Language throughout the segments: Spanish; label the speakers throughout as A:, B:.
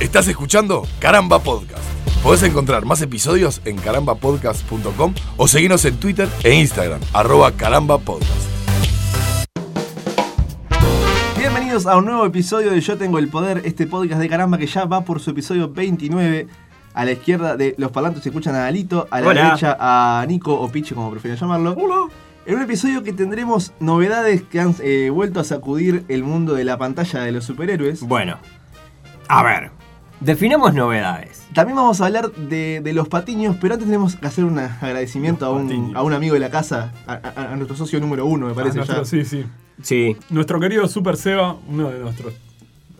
A: Estás escuchando Caramba Podcast. Podés encontrar más episodios en carambapodcast.com o seguirnos en Twitter e Instagram, arroba carambapodcast.
B: Bienvenidos a un nuevo episodio de Yo Tengo el Poder, este podcast de caramba que ya va por su episodio 29. A la izquierda de los parlantes se escuchan a Alito, a la
C: Hola.
B: derecha a Nico o Piche, como prefieren llamarlo. En un episodio que tendremos novedades que han eh, vuelto a sacudir el mundo de la pantalla de los superhéroes.
C: Bueno, a ver, definamos novedades.
B: También vamos a hablar de, de los patiños, pero antes tenemos que hacer un agradecimiento a
D: Los
B: un,
D: patiños.
B: a un amigo de la casa, a, a- a nuestro socio número uno, me parece
D: Ah, nuestro-
B: ya.
D: Sí, sí.
C: Sí,
D: Nuestro querido Super Seba, uno de nuestros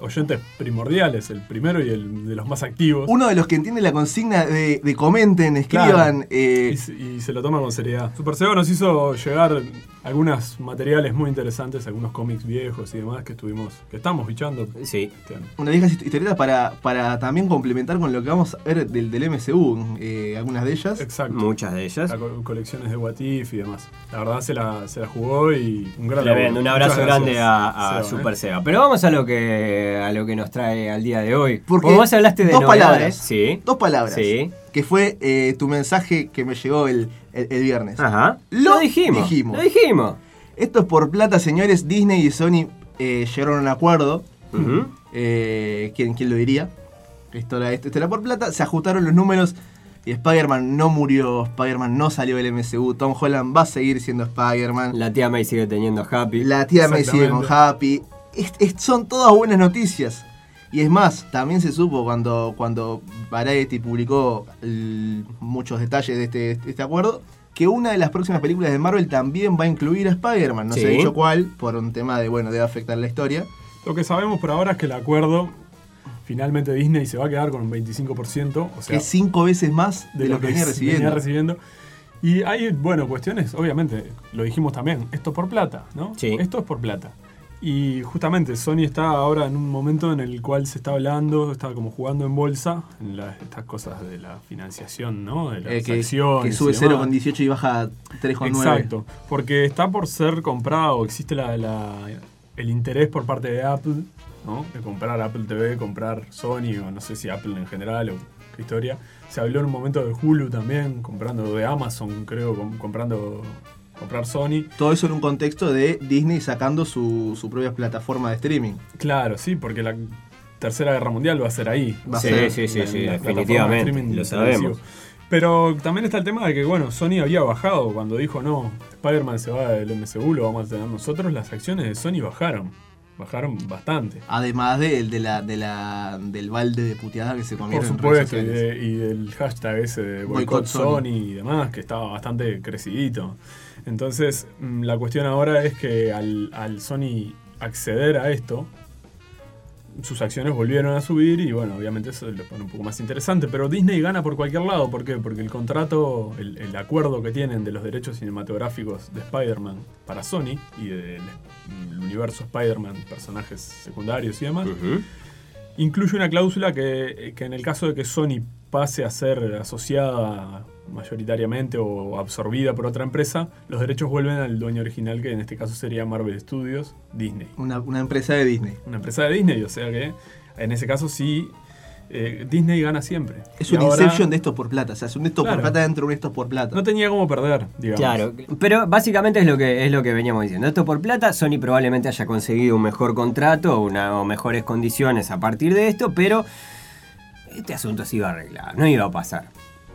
D: oyentes primordiales, el primero y el de los más activos.
B: Uno de los que entiende la consigna de, de comenten, escriban. eh,
D: Y, se- y se lo toma con seriedad. Super Seba nos hizo llegar algunos materiales muy interesantes, algunos cómics viejos y demás que estuvimos, que estamos bichando.
C: sí.
D: Claro.
B: Una viejas hist- historietas para, para también complementar con lo que vamos a ver del, del MCU, eh, algunas de ellas.
D: Exacto.
C: Muchas de ellas.
D: La co- colecciones de What If y demás. La verdad se la, se la jugó y un gran
C: Tremendo, un abrazo grande a, a Super
D: Super Seba. ¿eh?
C: Seba. Pero vamos a lo que a lo que nos trae al día de hoy.
B: Porque
C: Porque vos hablaste de
B: dos
C: novedades.
B: palabras.
C: Sí.
B: Dos palabras.
C: Sí.
B: Que fue eh, tu mensaje que me llegó el, el- el viernes.
C: Ajá.
B: Lo
C: Lo dijimos.
B: dijimos.
C: Lo dijimos.
B: Esto es por plata, señores. Disney y Sony eh, llegaron a un acuerdo.
C: Ujú.
B: Eh, ¿quién, quién lo diría? Esto era, esto era por plata. Se ajustaron los números y Spider-Man no murió. Spider-Man no salió del MCU. Tom Holland va a seguir siendo Spider-Man.
C: La tía May sigue teniendo Happy.
B: La tía me sigue con
D: Exactamente.
B: Happy. Es- es- son todas buenas noticias. Y es más, también se supo cuando, cuando Variety publicó el- muchos detalles de este, de este acuerdo, que una de las próximas películas de Marvel también va a incluir a Spider-Man. No se ha
C: Sí.
B: dicho cuál, por un tema de, bueno, debe afectar la historia.
D: Lo que sabemos por ahora es que el acuerdo, finalmente Disney se va a quedar con un 25%, o sea,
B: que es cinco veces más de, lo, que venía
D: se
B: recibiendo.
D: recibiendo. Y hay, bueno, cuestiones, obviamente, lo dijimos también, esto es por plata, ¿no?
C: Sí.
D: Esto es por plata. Y justamente Sony está ahora en un momento en el cual se está hablando, está como jugando en bolsa, en las- estas cosas de la financiación, ¿no? De las
B: Eh, que,
D: acciones.
B: que
D: y
B: sube
D: demás.
B: 0,18 y baja 3,9.
D: Exacto, porque está por ser comprado, o existe la- la- el interés por parte de Apple, ¿no? De comprar Apple TV, comprar Sony, o no sé si Apple en general, o qué historia. Se habló en un momento de Hulu también, comprando de Amazon, creo, com- comprando comprar Sony.
B: Todo eso en un contexto de Disney sacando su, su propia plataforma de streaming.
D: Claro, sí, porque la Tercera Guerra Mundial va a ser ahí.
B: Va a
C: Sí,
B: ser
C: sí, sí,
D: en
C: sí,
D: la plataforma de
C: definitivamente,
D: streaming
C: lo
D: televisivo.
C: sabemos.
D: Pero también está el tema de que, bueno, Sony había bajado cuando dijo, no, Spider-Man se va del MCU, lo vamos a tener nosotros, las acciones de Sony bajaron. Bajaron bastante.
B: Además de, de la, de la, del balde de puteada que se
D: Por
B: comieron en Ah, redes
D: supuesto, y,
B: sociales.
D: de- y del hashtag ese de
B: Boicot
D: boicot
B: Sony.
D: Sony. y demás, que estaba bastante crecidito. Entonces, mm, la cuestión ahora es que al, al Sony acceder a esto, sus acciones volvieron a subir y bueno, obviamente eso lo pone un poco más interesante, pero Disney gana por cualquier lado, ¿por qué? Porque el contrato, el, el acuerdo que tienen de los derechos cinematográficos de Spider-Man para Sony y del mm, universo Spider-Man, personajes secundarios y demás,
C: Ujú.
D: Incluye una cláusula que, que en el caso de que Sony pase a ser asociada mayoritariamente o absorbida por otra empresa, los derechos vuelven al dueño original, que en este caso sería Marvel Studios, Disney.
B: Una, una empresa de Disney.
D: Una empresa de Disney, o sea que en ese caso sí, eh, Disney gana siempre.
B: Es
D: Y
B: un
D: ahora
B: Inception de estos por plata. O sea, es un estos por
D: Claro.
B: plata dentro de un estos por plata.
D: No tenía cómo perder, digamos.
C: Claro, pero básicamente es lo que es lo que veníamos diciendo. Esto por plata, Sony probablemente haya conseguido un mejor contrato una- o mejores condiciones a partir de esto, pero este asunto se iba a arreglar, no iba a pasar.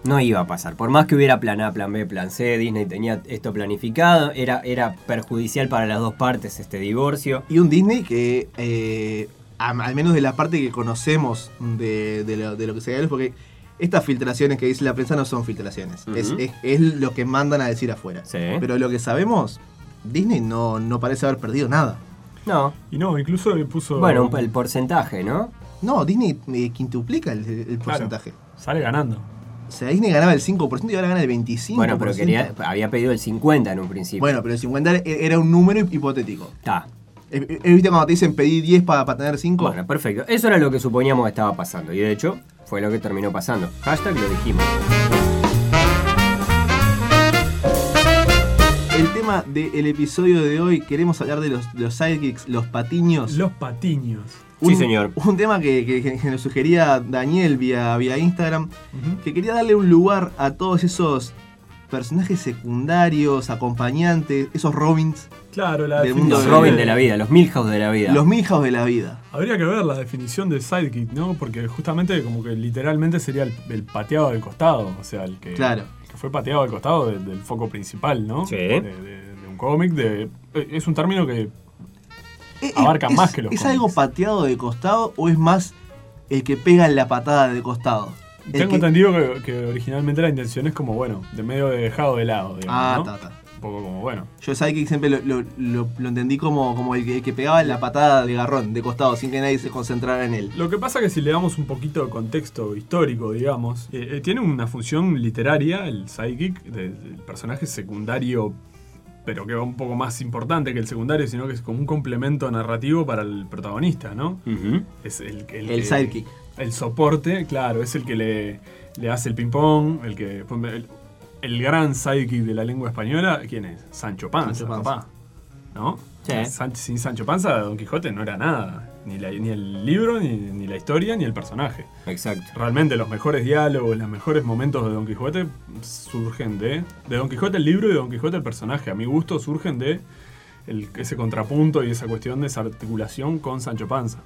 C: No iba a pasar. Por más que hubiera plan A, plan B, plan C, Disney tenía esto planificado, era, era perjudicial para las dos partes este divorcio.
B: Y un Disney que, eh, a- al menos de la parte que conocemos de, de lo, de lo que se habla, porque estas filtraciones que dice la prensa no son filtraciones. es,
C: Ujú.
B: es- es lo que mandan a decir afuera.
C: Sí.
B: Pero lo que sabemos, Disney no, no parece haber perdido nada.
C: No.
D: Y no, incluso le puso...
C: Bueno, un- el porcentaje, ¿no?
B: No, Disney eh, quintuplica el, el
D: Claro,
B: porcentaje.
D: Sale ganando.
B: O sea, Disney ganaba el 5% y ahora gana el 25%.
C: Bueno, pero quería, había pedido el 50 en un principio.
B: Bueno, pero el 50 era- era un número hipotético.
C: está.
B: Eh, eh, ¿Viste cuando te dicen pedí 10 para tener 5?
C: Bueno, perfecto. Eso era lo que suponíamos que estaba pasando. Y de hecho, fue lo que terminó pasando. Hashtag lo dijimos.
B: El tema del episodio de hoy, queremos hablar de los, de los sidekicks, los patiños.
D: Los patiños.
B: Un,
C: Sí, señor.
B: Un tema que, que- que nos sugería Daniel vía, vía Instagram, que quería darle un lugar a todos esos personajes secundarios, acompañantes, esos Robins,
D: Claro, la
B: Del mundo
C: Los
B: Sí.
D: definición
C: Robin de la vida, los Milhouse de la vida.
B: los mijos de la vida.
D: Habría que ver la definición de sidekick, ¿no? Porque justamente como que literalmente sería el, el pateado del costado, o sea, el que,
B: Claro.
D: el que fue pateado al costado de- del foco principal, ¿no?
C: Sí.
D: De, de- de un cómic, de, es un término que...
B: Eh, eh,
D: Abarca
B: es-
D: más que los
B: ¿Es algo
D: cómics.
B: pateado de costado o es más el que pega la patada de costado? El
D: tengo
B: que-
D: entendido que, que originalmente la intención es como, bueno, de medio de dejado de lado, digamos,
B: Ah,
D: ¿no?
B: ta, ta.
D: Un poco como, bueno,
B: Yo Psychic siempre lo, lo- lo- lo entendí como, como el, que, el que pegaba la patada de garrón, de costado, sin que nadie se concentrara en él.
D: Lo que pasa que si le damos un poquito de contexto histórico, digamos, eh, eh, tiene una función literaria, el psychic, de- del personaje secundario, pero que va un poco más importante que el secundario, sino que es como un complemento narrativo para el protagonista, ¿no?
C: Ujú.
D: Es el,
B: El,
D: que-
B: sidekick.
D: El soporte, claro, es el que le, le hace el ping-pong, el que... El, el gran sidekick de la lengua española, ¿quién es? Sancho Panza,
B: Sancho Panza.
D: papá. ¿No?
C: Sí.
D: San- sin Sancho Panza, Don Quijote no era nada. Ni, la- ni el libro, ni, ni la historia, ni el personaje.
C: Exacto.
D: Realmente los mejores diálogos, los mejores momentos de Don Quijote surgen de. De Don Quijote el libro y de Don Quijote el personaje. A mi gusto surgen de el- ese contrapunto y esa cuestión de esa articulación con Sancho Panza.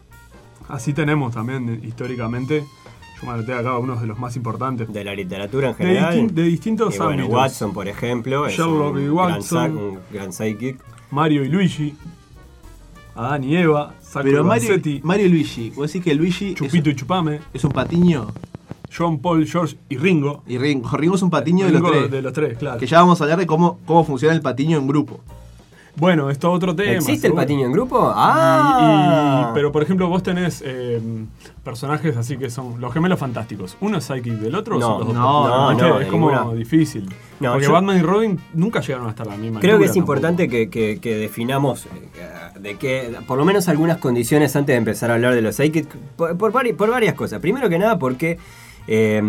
D: Así tenemos también eh, históricamente. Yo me anoté acá unos de los más importantes.
C: De la literatura en
D: De,
C: general.
D: distin- de distintos
C: Y bueno,
D: ámbitos.
C: Watson, por ejemplo, es
D: Sherlock y
C: un, gran,
D: Watson.
C: sa- un gran psychic.
D: Mario y Luigi. Adán y Eva. Sacco y
B: Pero Mario,
D: Vanzetti,
B: Mario y Luigi, vos decís que Luigi es,
D: Chupito y Chupame.
B: es un patiño
D: John Paul, George y Ringo.
B: y Ringo. Ringo es un patiño
D: Ringo
B: de los tres.
D: claro.
B: Que ya vamos a hablar de cómo, cómo funciona el patiño en grupo.
D: Bueno, esto es otro tema.
C: ¿Existe el
D: seguro.
C: patiño en grupo?
D: Y-
C: ¡Ah!
D: y- pero por ejemplo, vos tenés eh, personajes así que son los gemelos fantásticos. Uno es psychic del otro, o
C: No,
D: son los dos?
B: no,
C: no,
D: ¿Viste?
C: no,
D: es como
C: ninguna.
D: difícil.
C: No,
D: Porque
C: yo-
D: Batman y Robin nunca llegaron hasta la misma.
C: Creo que
D: altura
C: es
D: tampoco.
C: importante que, que- que definamos eh, que- de que, por lo menos algunas condiciones antes de empezar a hablar de los psychic, por, por vari- por varias cosas. Primero que nada porque eh,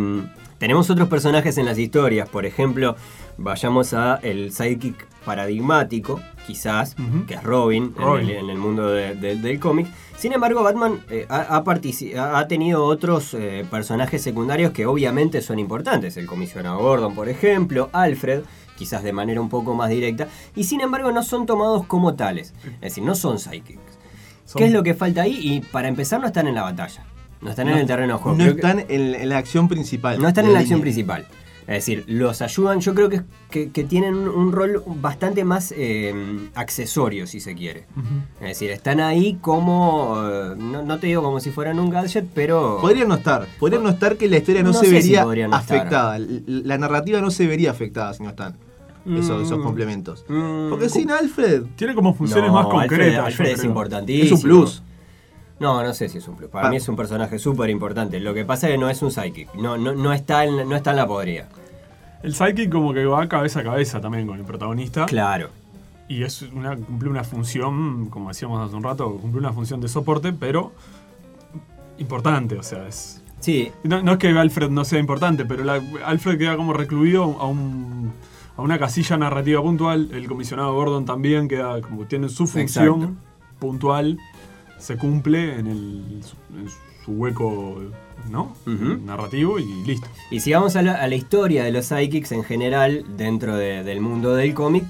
C: tenemos otros personajes en las historias, por ejemplo, vayamos a el psychic paradigmático, quizás,
D: Ujú.
C: que es Robin, en
D: Robin.
C: el- En, el, mundo de- de- del cómic. Sin embargo, Batman eh, ha, ha partici- ha- ha tenido otros eh, personajes secundarios que obviamente son importantes. El comisionado Gordon, por ejemplo, Alfred, quizás de manera un poco más directa. Y sin embargo, no son tomados como tales. Es decir, no son psychics.
D: Son-
C: ¿Qué es lo que falta ahí? Y para empezar, no están en la batalla. No están en el terreno de juego.
B: no
C: Creo que-
B: están en, en la acción principal.
C: no están en la
B: línea.
C: acción principal. Es decir, los ayudan, yo creo que, que- que tienen un, un rol bastante más eh, accesorio, si se quiere. Es decir, están ahí como, eh, no, no te digo como si fueran un gadget, pero...
B: Podría no estar. Podría no estar que la historia no,
C: No
B: se
C: sé si
B: vería
C: podría no estar.
B: afectada. L- La narrativa no se vería afectada si no están esos, esos
D: Mm.
B: complementos.
C: Mm,
B: Porque sin Alfred
D: Tiene como funciones
C: no,
D: más
C: Alfred-
D: concretas. yo
C: Alfred es
D: creo.
C: importantísimo.
B: es un plus.
C: No, no sé si es un plus. Para
B: Pa-
C: mí es un personaje súper importante. Lo que pasa es que no es un psychic. No, no, no, está en, no está en la podrida.
D: El psychic como que va cabeza a cabeza también con el protagonista.
C: Claro.
D: Y es una, cumple una función, como decíamos hace un rato, cumple una función de soporte, pero importante, o sea, es...
C: Sí,
D: No, no es que Alfred no sea importante, pero la- Alfred queda como recluido a, un- a una casilla narrativa puntual. El comisionado Gordon también queda como tiene su función
C: Exacto.
D: puntual, se cumple en, el, en su hueco ¿no?
C: Ujú.
D: narrativo y listo.
C: Y si vamos a la, a la historia de los psychics en general, dentro de- del mundo del cómic,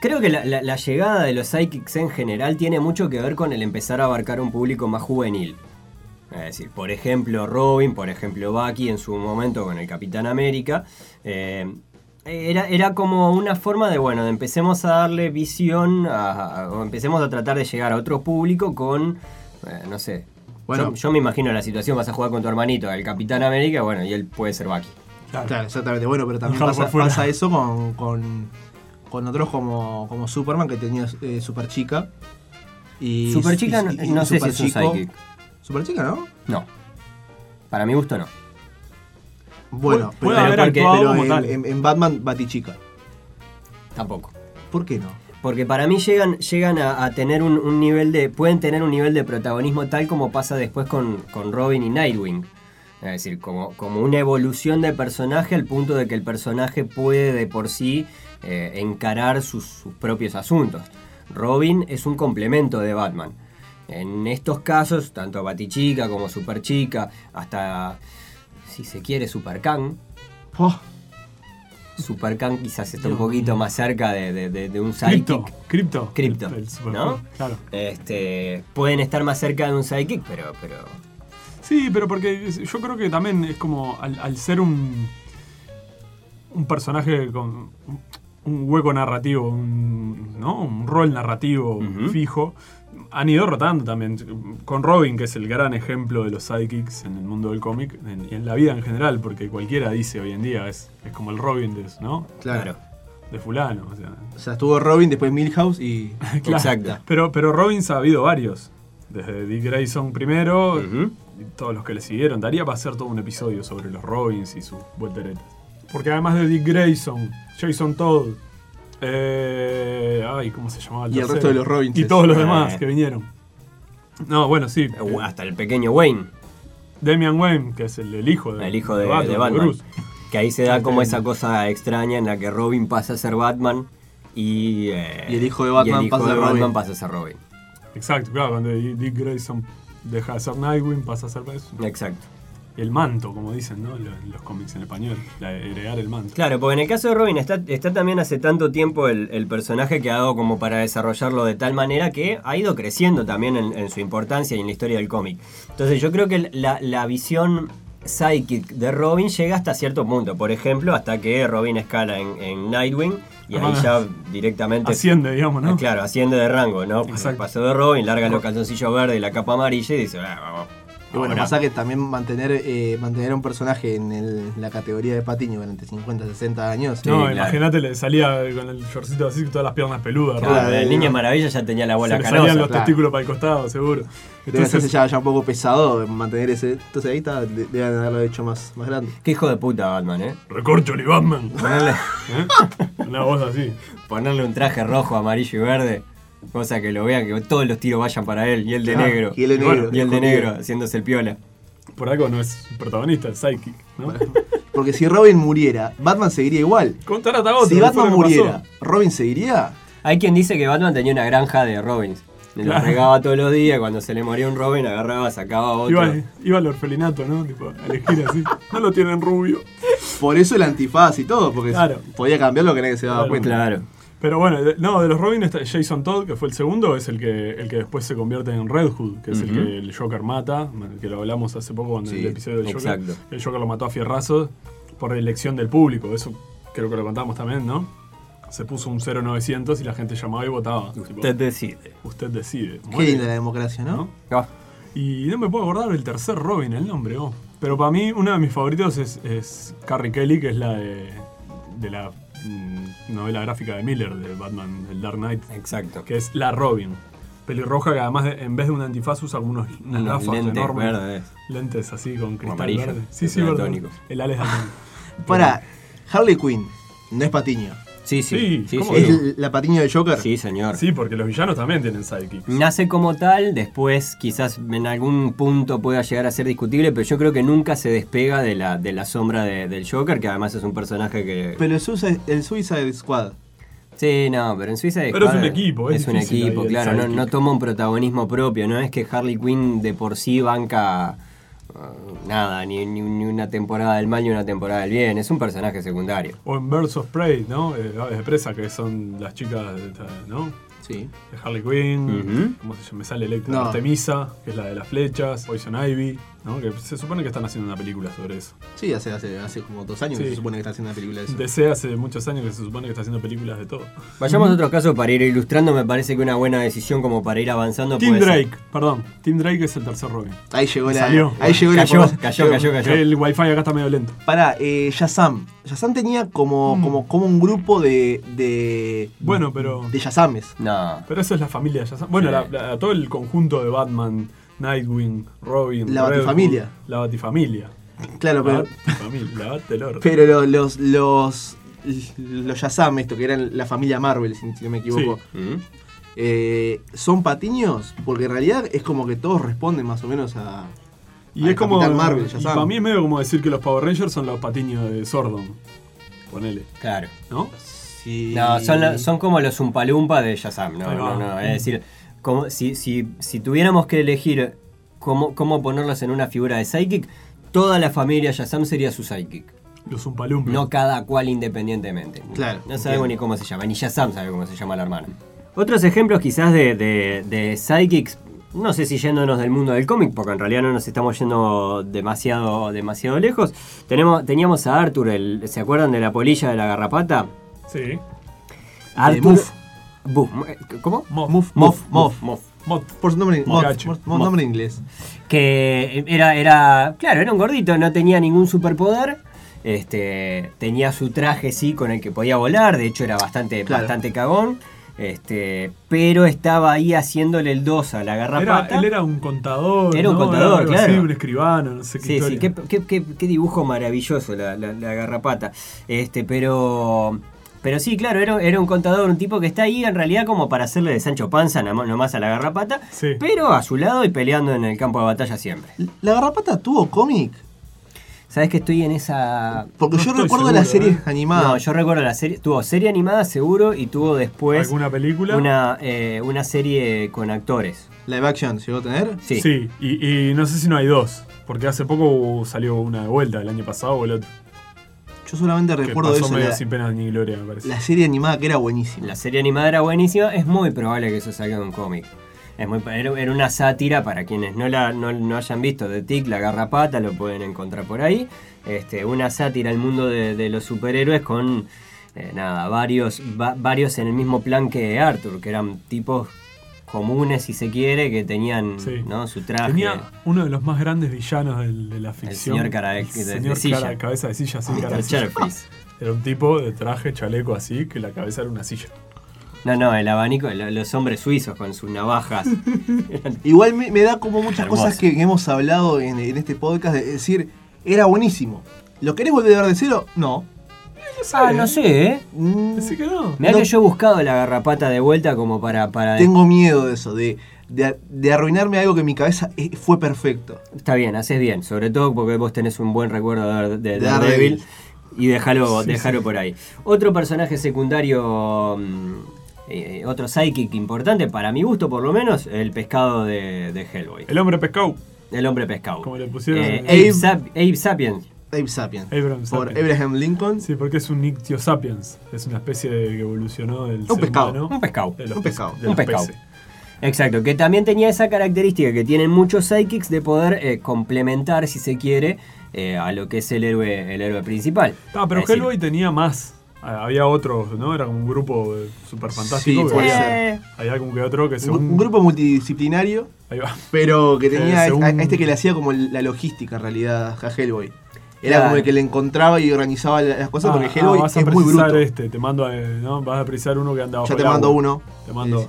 C: creo que la, la- la llegada de los psychics en general tiene mucho que ver con el empezar a abarcar un público más juvenil. Es decir, por ejemplo Robin, por ejemplo Bucky en su momento con el Capitán América. eh, era, era como una forma de, bueno, de empecemos a darle visión, a- a- o empecemos a tratar de llegar a otro público con, eh, no sé.
B: Bueno.
C: yo, yo me imagino la situación, vas a jugar con tu hermanito, el Capitán América, bueno, y él puede ser Bucky.
B: Claro, exactamente. Bueno, pero también
D: Dejarlo
B: pasa,
D: por fuera.
B: pasa eso con, con, con otros como, como Superman, que tenía eh, Superchica. Y,
C: Superchica no- no sé si es un
B: Superchico.
C: psychic.
B: Superchica, ¿no?
C: No. Para mi gusto no.
B: Bueno,
D: puede
B: pero,
D: haber
B: pero
D: actuado
B: pero
D: como
B: en,
D: tal.
B: en- en Batman, Batichica.
C: Tampoco.
B: ¿Por qué no?
C: Porque para mí llegan, llegan a, a tener un, un nivel de. pueden tener un nivel de protagonismo tal como pasa después con, con Robin y Nightwing. Es decir, como, como una evolución de personaje al punto de que el personaje puede de por sí eh, encarar sus, sus propios asuntos. Robin es un complemento de Batman. En estos casos, tanto Batichica como Superchica, hasta si se quiere Supercan,
B: Oh,
C: Supercan quizás está un poquito más cerca de, de- de- de un
D: Cripto.
C: sidekick.
D: Cripto.
C: Cripto,
D: El- el superjuego,
C: ¿no?
D: Claro.
C: Este, pueden estar más cerca de un sidekick, pero, pero
D: Sí, pero porque es- yo creo que también es como al, al ser un, un personaje con un- un hueco narrativo, un, ¿no? un rol narrativo
C: Ujú.
D: fijo, han ido rotando también. Con Robin, que es el gran ejemplo de los sidekicks en el mundo del cómic en- y en la vida en general, porque cualquiera dice hoy en día es, es como el Robin de, ¿no?
B: claro.
D: de fulano. O sea,
B: O sea, estuvo Robin, después Milhouse y.
D: Claro.
C: Exacto.
D: Pero, pero Robbins ha habido varios. Desde Dick Grayson primero,
C: Ujú.
D: y todos los que le siguieron. Daría para hacer todo un episodio sobre los Robbins y sus volteretas. Porque además de Dick Grayson, Jason Todd, eh, ay, ¿cómo se llamaba?
B: Y el
D: tercero?
B: resto de los Robbins.
D: Y todos los
C: Eh.
D: demás que vinieron. No, bueno, sí. eh,
C: uh, hasta el pequeño Wayne,
D: Damian Wayne, que es el, el hijo de,
C: el hijo de, de Batman.
D: Bruce.
C: Que ahí se da como
D: Tremendo.
C: esa cosa extraña en la que Robin pasa a ser Batman y, eh,
B: Y el hijo de Batman
C: y el hijo
B: pasa a
C: de
B: ser
C: Batman
B: Robin.
C: pasa a ser Robin.
D: Exacto, claro, cuando Dick Grayson deja de ser Nightwing, pasa a ser Batman.
C: Exacto.
D: El manto, como dicen, ¿no? Los, los cómics en español. La, heredar el manto.
C: Claro, porque en el caso de Robin está, está también hace tanto tiempo el, el personaje que ha dado como para desarrollarlo de tal manera que ha ido creciendo también en, en su importancia y en la historia del cómic. Entonces yo creo que la, la visión psychic de Robin llega hasta cierto punto. Por ejemplo, hasta que Robin escala en, en Nightwing y ahí
D: Ah.
C: ya directamente...
D: Asciende, digamos, ¿no?
C: Ah, Claro, asciende de rango, ¿no?
D: Exacto.
C: Pasó de Robin, larga los calzoncillos verdes y la capa amarilla y dice, "Ah, vamos.
B: Y bueno,
C: ahora".
B: pasa que también mantener, eh, mantener a un personaje en el- la categoría de Patiño durante 50, 60 años. eh,
D: No,
C: Sí,
D: imagínate, le salía con el shortcito así, todas las piernas peludas.
C: Claro,
D: ¿no?
B: Claro,
C: la
B: no.
C: Niña Maravilla ya tenía la
D: Se
C: bola
D: le salían
C: canosa.
D: los
B: claro.
D: testículos para el costado, seguro.
B: Debe hacerse
D: Entonces,
B: ya, ya un poco pesado mantener ese. Entonces ahí está, de- deben haberlo hecho más, más grande.
C: Qué hijo de puta Batman, ¿eh?
D: recorcholi Batman.
C: Ponerle,
D: ¿Eh? Una voz así.
C: ponerle un traje rojo, amarillo y verde. Cosa que lo vean, que todos los tiros vayan para él. Y el de
B: Ah,
C: negro.
B: Y el de
D: Y bueno,
B: negro.
C: Y el de negro, haciéndose el piola.
D: Por algo no es protagonista, el psychic, ¿no?
B: Porque si Robin muriera, Batman seguiría igual.
D: Contar a otro.
B: Si
D: ¿no? Fue
B: Batman
D: lo que pasó.
B: muriera, ¿Robin seguiría?
C: Hay quien dice que Batman tenía una granja de Robins. Le lo
D: Claro.
C: regaba todos los días. Cuando se le moría un Robin, agarraba, sacaba otro.
D: Iba, iba al orfelinato, ¿no? Tipo, a elegir así. No lo tienen rubio.
B: Por eso el antifaz y todo, porque
D: Claro.
B: podía cambiarlo que nadie se daba
D: Claro.
B: cuenta.
C: Claro.
D: Pero bueno, de- no, de los Robin está Jason Todd, que fue el segundo, es el que, el que después se convierte en Red Hood, que es el
C: Ujú.
D: que el Joker mata, que lo hablamos hace poco cuando en
B: Sí,
D: el episodio del Joker.
C: exacto.
D: El Joker lo mató a fierrazos por elección del público, eso creo que lo contamos también, ¿no? Se puso un 0900 y la gente llamaba y votaba. Tipo,
C: Usted decide.
D: usted decide.
B: Qué
D: Muy
B: linda
D: bien,
B: la democracia, ¿no?
D: ¿no?
C: Ah,
D: Y no me puedo acordar del tercer Robin, el nombre, oh. Pero para mí, uno de mis favoritos es, es Carrie Kelly, que es la de, de la mm, novela gráfica de Miller, de Batman, el Dark Knight,
C: Exacto.
D: que es la Robin. Pelirroja que además, de- en vez de un antifaz, usa algunos unas
C: Unos
D: gafas
C: Ah, lentes
D: enormes.
C: verdes.
D: Lentes así con cristal
C: amarillo,
D: verde.
C: que
D: Sí, sí,
C: son
D: verdad.
C: daltónicos.
D: El Alex Dalton.
B: Para, Harley Quinn no es Patiño.
C: Sí, sí.
D: Sí,
C: Sí,
D: ¿cómo
C: sí.
B: ¿Es el- la Patiño de Joker?
C: Sí, señor.
D: Sí, porque los villanos también tienen sidekicks.
C: Nace como tal, después quizás en algún punto pueda llegar a ser discutible, pero yo creo que nunca se despega de la, de la sombra de- del Joker, que además es un personaje que...
B: Pero el Suicide, el Suicide Squad.
C: sí, no, pero en Suiza
D: Pero es un equipo, es
C: un
D: difícil
C: equipo,
D: ahí el
C: claro, no,
D: sidekick.
C: no toma un protagonismo propio, no es que Harley Quinn de por sí banca uh, nada, ni, ni- ni una temporada del mal ni una temporada del bien, es un personaje secundario.
D: O en Birds of Prey, ¿no? Eh, aves de presa, que son las chicas, de esta, ¿no?
B: Sí.
D: de Harley Quinn,
C: Ujú.
D: ¿cómo se llama? Me sale Electra
B: No.
D: Artemisa, que es la de las flechas, Poison Ivy, ¿no? Que se supone que están haciendo una película sobre eso.
B: Sí, hace, hace, hace como dos años que
D: Sí.
B: se supone que está haciendo una película de eso.
D: DC hace muchos años que se supone que está haciendo películas de todo.
C: Vayamos a otros casos para ir ilustrando, me parece que una buena decisión como para ir avanzando.
D: Tim
C: puede ser-
D: Drake, perdón. Tim Drake es el tercer Robin.
B: Ahí llegó la.
D: Salió.
B: Ahí llegó la
C: Cayó,
B: información.
C: cayó, cayó, cayó.
D: El wifi acá está medio lento.
B: Pará, eh, Shazam. Shazam tenía como, como, como un grupo de. de
D: Mm. Bueno, pero.
B: Mm, de Shazames.
C: No.
D: Pero eso es la familia ya Bueno,
C: Sí.
D: la- la- todo el conjunto de Batman, Nightwing, Robin.
B: La
D: Red Hood,
B: batifamilia.
D: la batifamilia.
B: Claro,
D: La
B: pero.
D: batifamilia. La batelor.
B: Pero lo- los. los. Los Shazam, esto que eran la familia Marvel, si, si no me equivoco.
D: Sí.
C: Mm.
B: eh, son patiños, porque en realidad es como que todos responden más o menos a.
D: Y
B: al
D: es como.
B: Capitán Marvel, ya
D: y
B: saben.
D: para mí es medio como decir que los Power Rangers son los patiños de Sordon. Ponele,
C: Claro.
D: ¿no?
B: Sí.
C: No, son, la- son como los umpalumpa de Shazam, no,
D: Ahí va.
C: no, no. Es decir, como, si, si, si tuviéramos que elegir cómo, cómo ponerlos en una figura de psychic, toda la familia Shazam sería su psychic.
D: Los Umpalumpas.
C: No cada cual independientemente.
B: Claro,
C: No sabemos ni cómo se llama, ni Shazam sabe cómo se llama la hermana. Otros ejemplos quizás de, de, de psychics, no sé si yéndonos del mundo del cómic, porque en realidad no nos estamos yendo demasiado, demasiado lejos. Tenemos, teníamos a Arthur, el, ¿se acuerdan de la polilla de la garrapata?
D: Sí.
C: Arthur.
B: Muff.
C: Buff, ¿Cómo?
D: Moff.
B: Muff,
C: Muff,
B: muff, muff.
C: Muff.
D: Mot.
B: Por su nombre, mod,
D: Mocacho.
B: por- por nombre inglés.
C: que era, era, claro, era un gordito, no tenía ningún superpoder. Este, tenía su traje, sí, con el que podía volar, de hecho era bastante,
B: Claro.
C: bastante cagón. Este, pero estaba ahí haciéndole el 2 a la
D: Era,
C: garrapata.
D: él era un contador.
C: Era un
D: ¿no?
C: contador,
D: algo
C: claro.
D: así, un escribano, no sé qué.
C: Sí, sí,
D: historia.
C: qué, qué- qué- qué dibujo maravilloso la, la- la garrapata. Este, pero. Pero sí, claro, era, era un contador, un tipo que está ahí en realidad como para hacerle de Sancho Panza namo- nomás a la garrapata,
D: Sí.
C: pero a su lado y peleando en el campo de batalla siempre.
B: ¿La garrapata tuvo cómic?
C: ¿Sabes que estoy en esa.
B: Porque
D: No
B: yo
D: estoy
B: recuerdo
D: seguro,
B: las series
D: ¿eh?
B: animadas.
C: No, yo recuerdo la serie. Tuvo serie animada seguro y tuvo después
D: ¿Alguna película?
C: pues, una, eh, una serie con actores.
B: Live action, ¿llegó a tener?
C: Sí.
D: Sí, y, y no sé si no hay dos. Porque hace poco salió una de vuelta, el año pasado o el otro.
B: Yo solamente
D: Que
B: recuerdo
D: pasó
B: eso.
D: medio
B: La,
D: sin pena ni gloria, me parece.
B: la serie animada que era buenísima.
C: La serie animada era buenísima. Es muy probable que eso salga en un cómic. Es muy, era era una sátira para quienes no, la, no, no hayan visto de Tic, la garrapata, lo pueden encontrar por ahí. Este, una sátira al mundo de, de los superhéroes con eh, nada, varios, va- varios en el mismo plan que Arthur, que eran tipos comunes si se quiere, que tenían
D: Sí.
C: ¿no? su traje.
D: Tenía uno de los más grandes villanos del- de, la ficción.
C: señor cara de- de- de
D: señor
C: silla.
D: cara- cabeza de silla, sí, cara de
C: Mr.
D: silla.
C: Sharpies.
D: Era un tipo de traje, chaleco así, que la cabeza era una silla.
C: No, no, el abanico, lo- los hombres suizos con sus navajas.
B: Igual me, me da como muchas
C: Hermoso.
B: cosas que hemos hablado en, en este podcast. de decir, era buenísimo. ¿Lo querés volver a ver de cero? No.
C: ah, no sé, ¿eh?
B: Mm,
D: Así que no.
C: Mirá
B: No.
C: que yo he buscado la garrapata de vuelta como para... para
B: tengo miedo de eso, de, de- de arruinarme algo que en mi cabeza eh, fue perfecto.
C: Está bien, haces bien, sobre todo porque vos tenés un buen recuerdo de, Dar- de
B: De
C: Daredevil
B: Daredevil.
C: y déjalo déjalo por ahí. Otro personaje secundario, mm, eh, otro psychic importante, para mi gusto por lo menos, el pescado de, de Hellboy,
D: El hombre pescado.
C: el hombre pescado.
D: Como le pusieron
C: Eh,
D: en-
C: Abe, Sap- Abe Sapien.
B: Abe Sapien.
D: Abraham
B: por
D: Sapien.
B: Abraham Lincoln.
D: Sí, porque es un Ictio sapiens. Es una especie de que evolucionó del ser
B: pescado,
D: humano.
C: un pescado.
D: De los
B: Un
D: pe-
B: pescado.
D: de
C: Un
D: los
C: pescado.
D: peces.
C: Exacto, que también tenía esa característica que tienen muchos psychics de poder eh, complementar, si se quiere, eh, a lo que es el héroe, el héroe principal.
D: Ah, pero
C: Es decir,
D: Hellboy tenía más. Ah, Había otros, ¿no? Era como un grupo super fantástico.
B: Sí,
D: que
B: puede
D: había,
C: ser.
D: había como que otro que
B: Un,
D: según.
B: un grupo multidisciplinario,
D: Ahí va.
B: pero que tenía
D: según-
B: a- a este que le hacía como la logística en realidad a Hellboy. Era
C: Claro.
B: como el que le encontraba y organizaba la- las cosas,
D: Ah,
B: porque
D: ah,
B: Hellboy
D: vas a
B: es muy
D: precisar
B: bruto.
D: este. Te mando, a- ¿no? Vas a precisar uno que anda bajo
B: Ya te
D: el agua.
B: mando uno.
D: Te mando.
B: Es-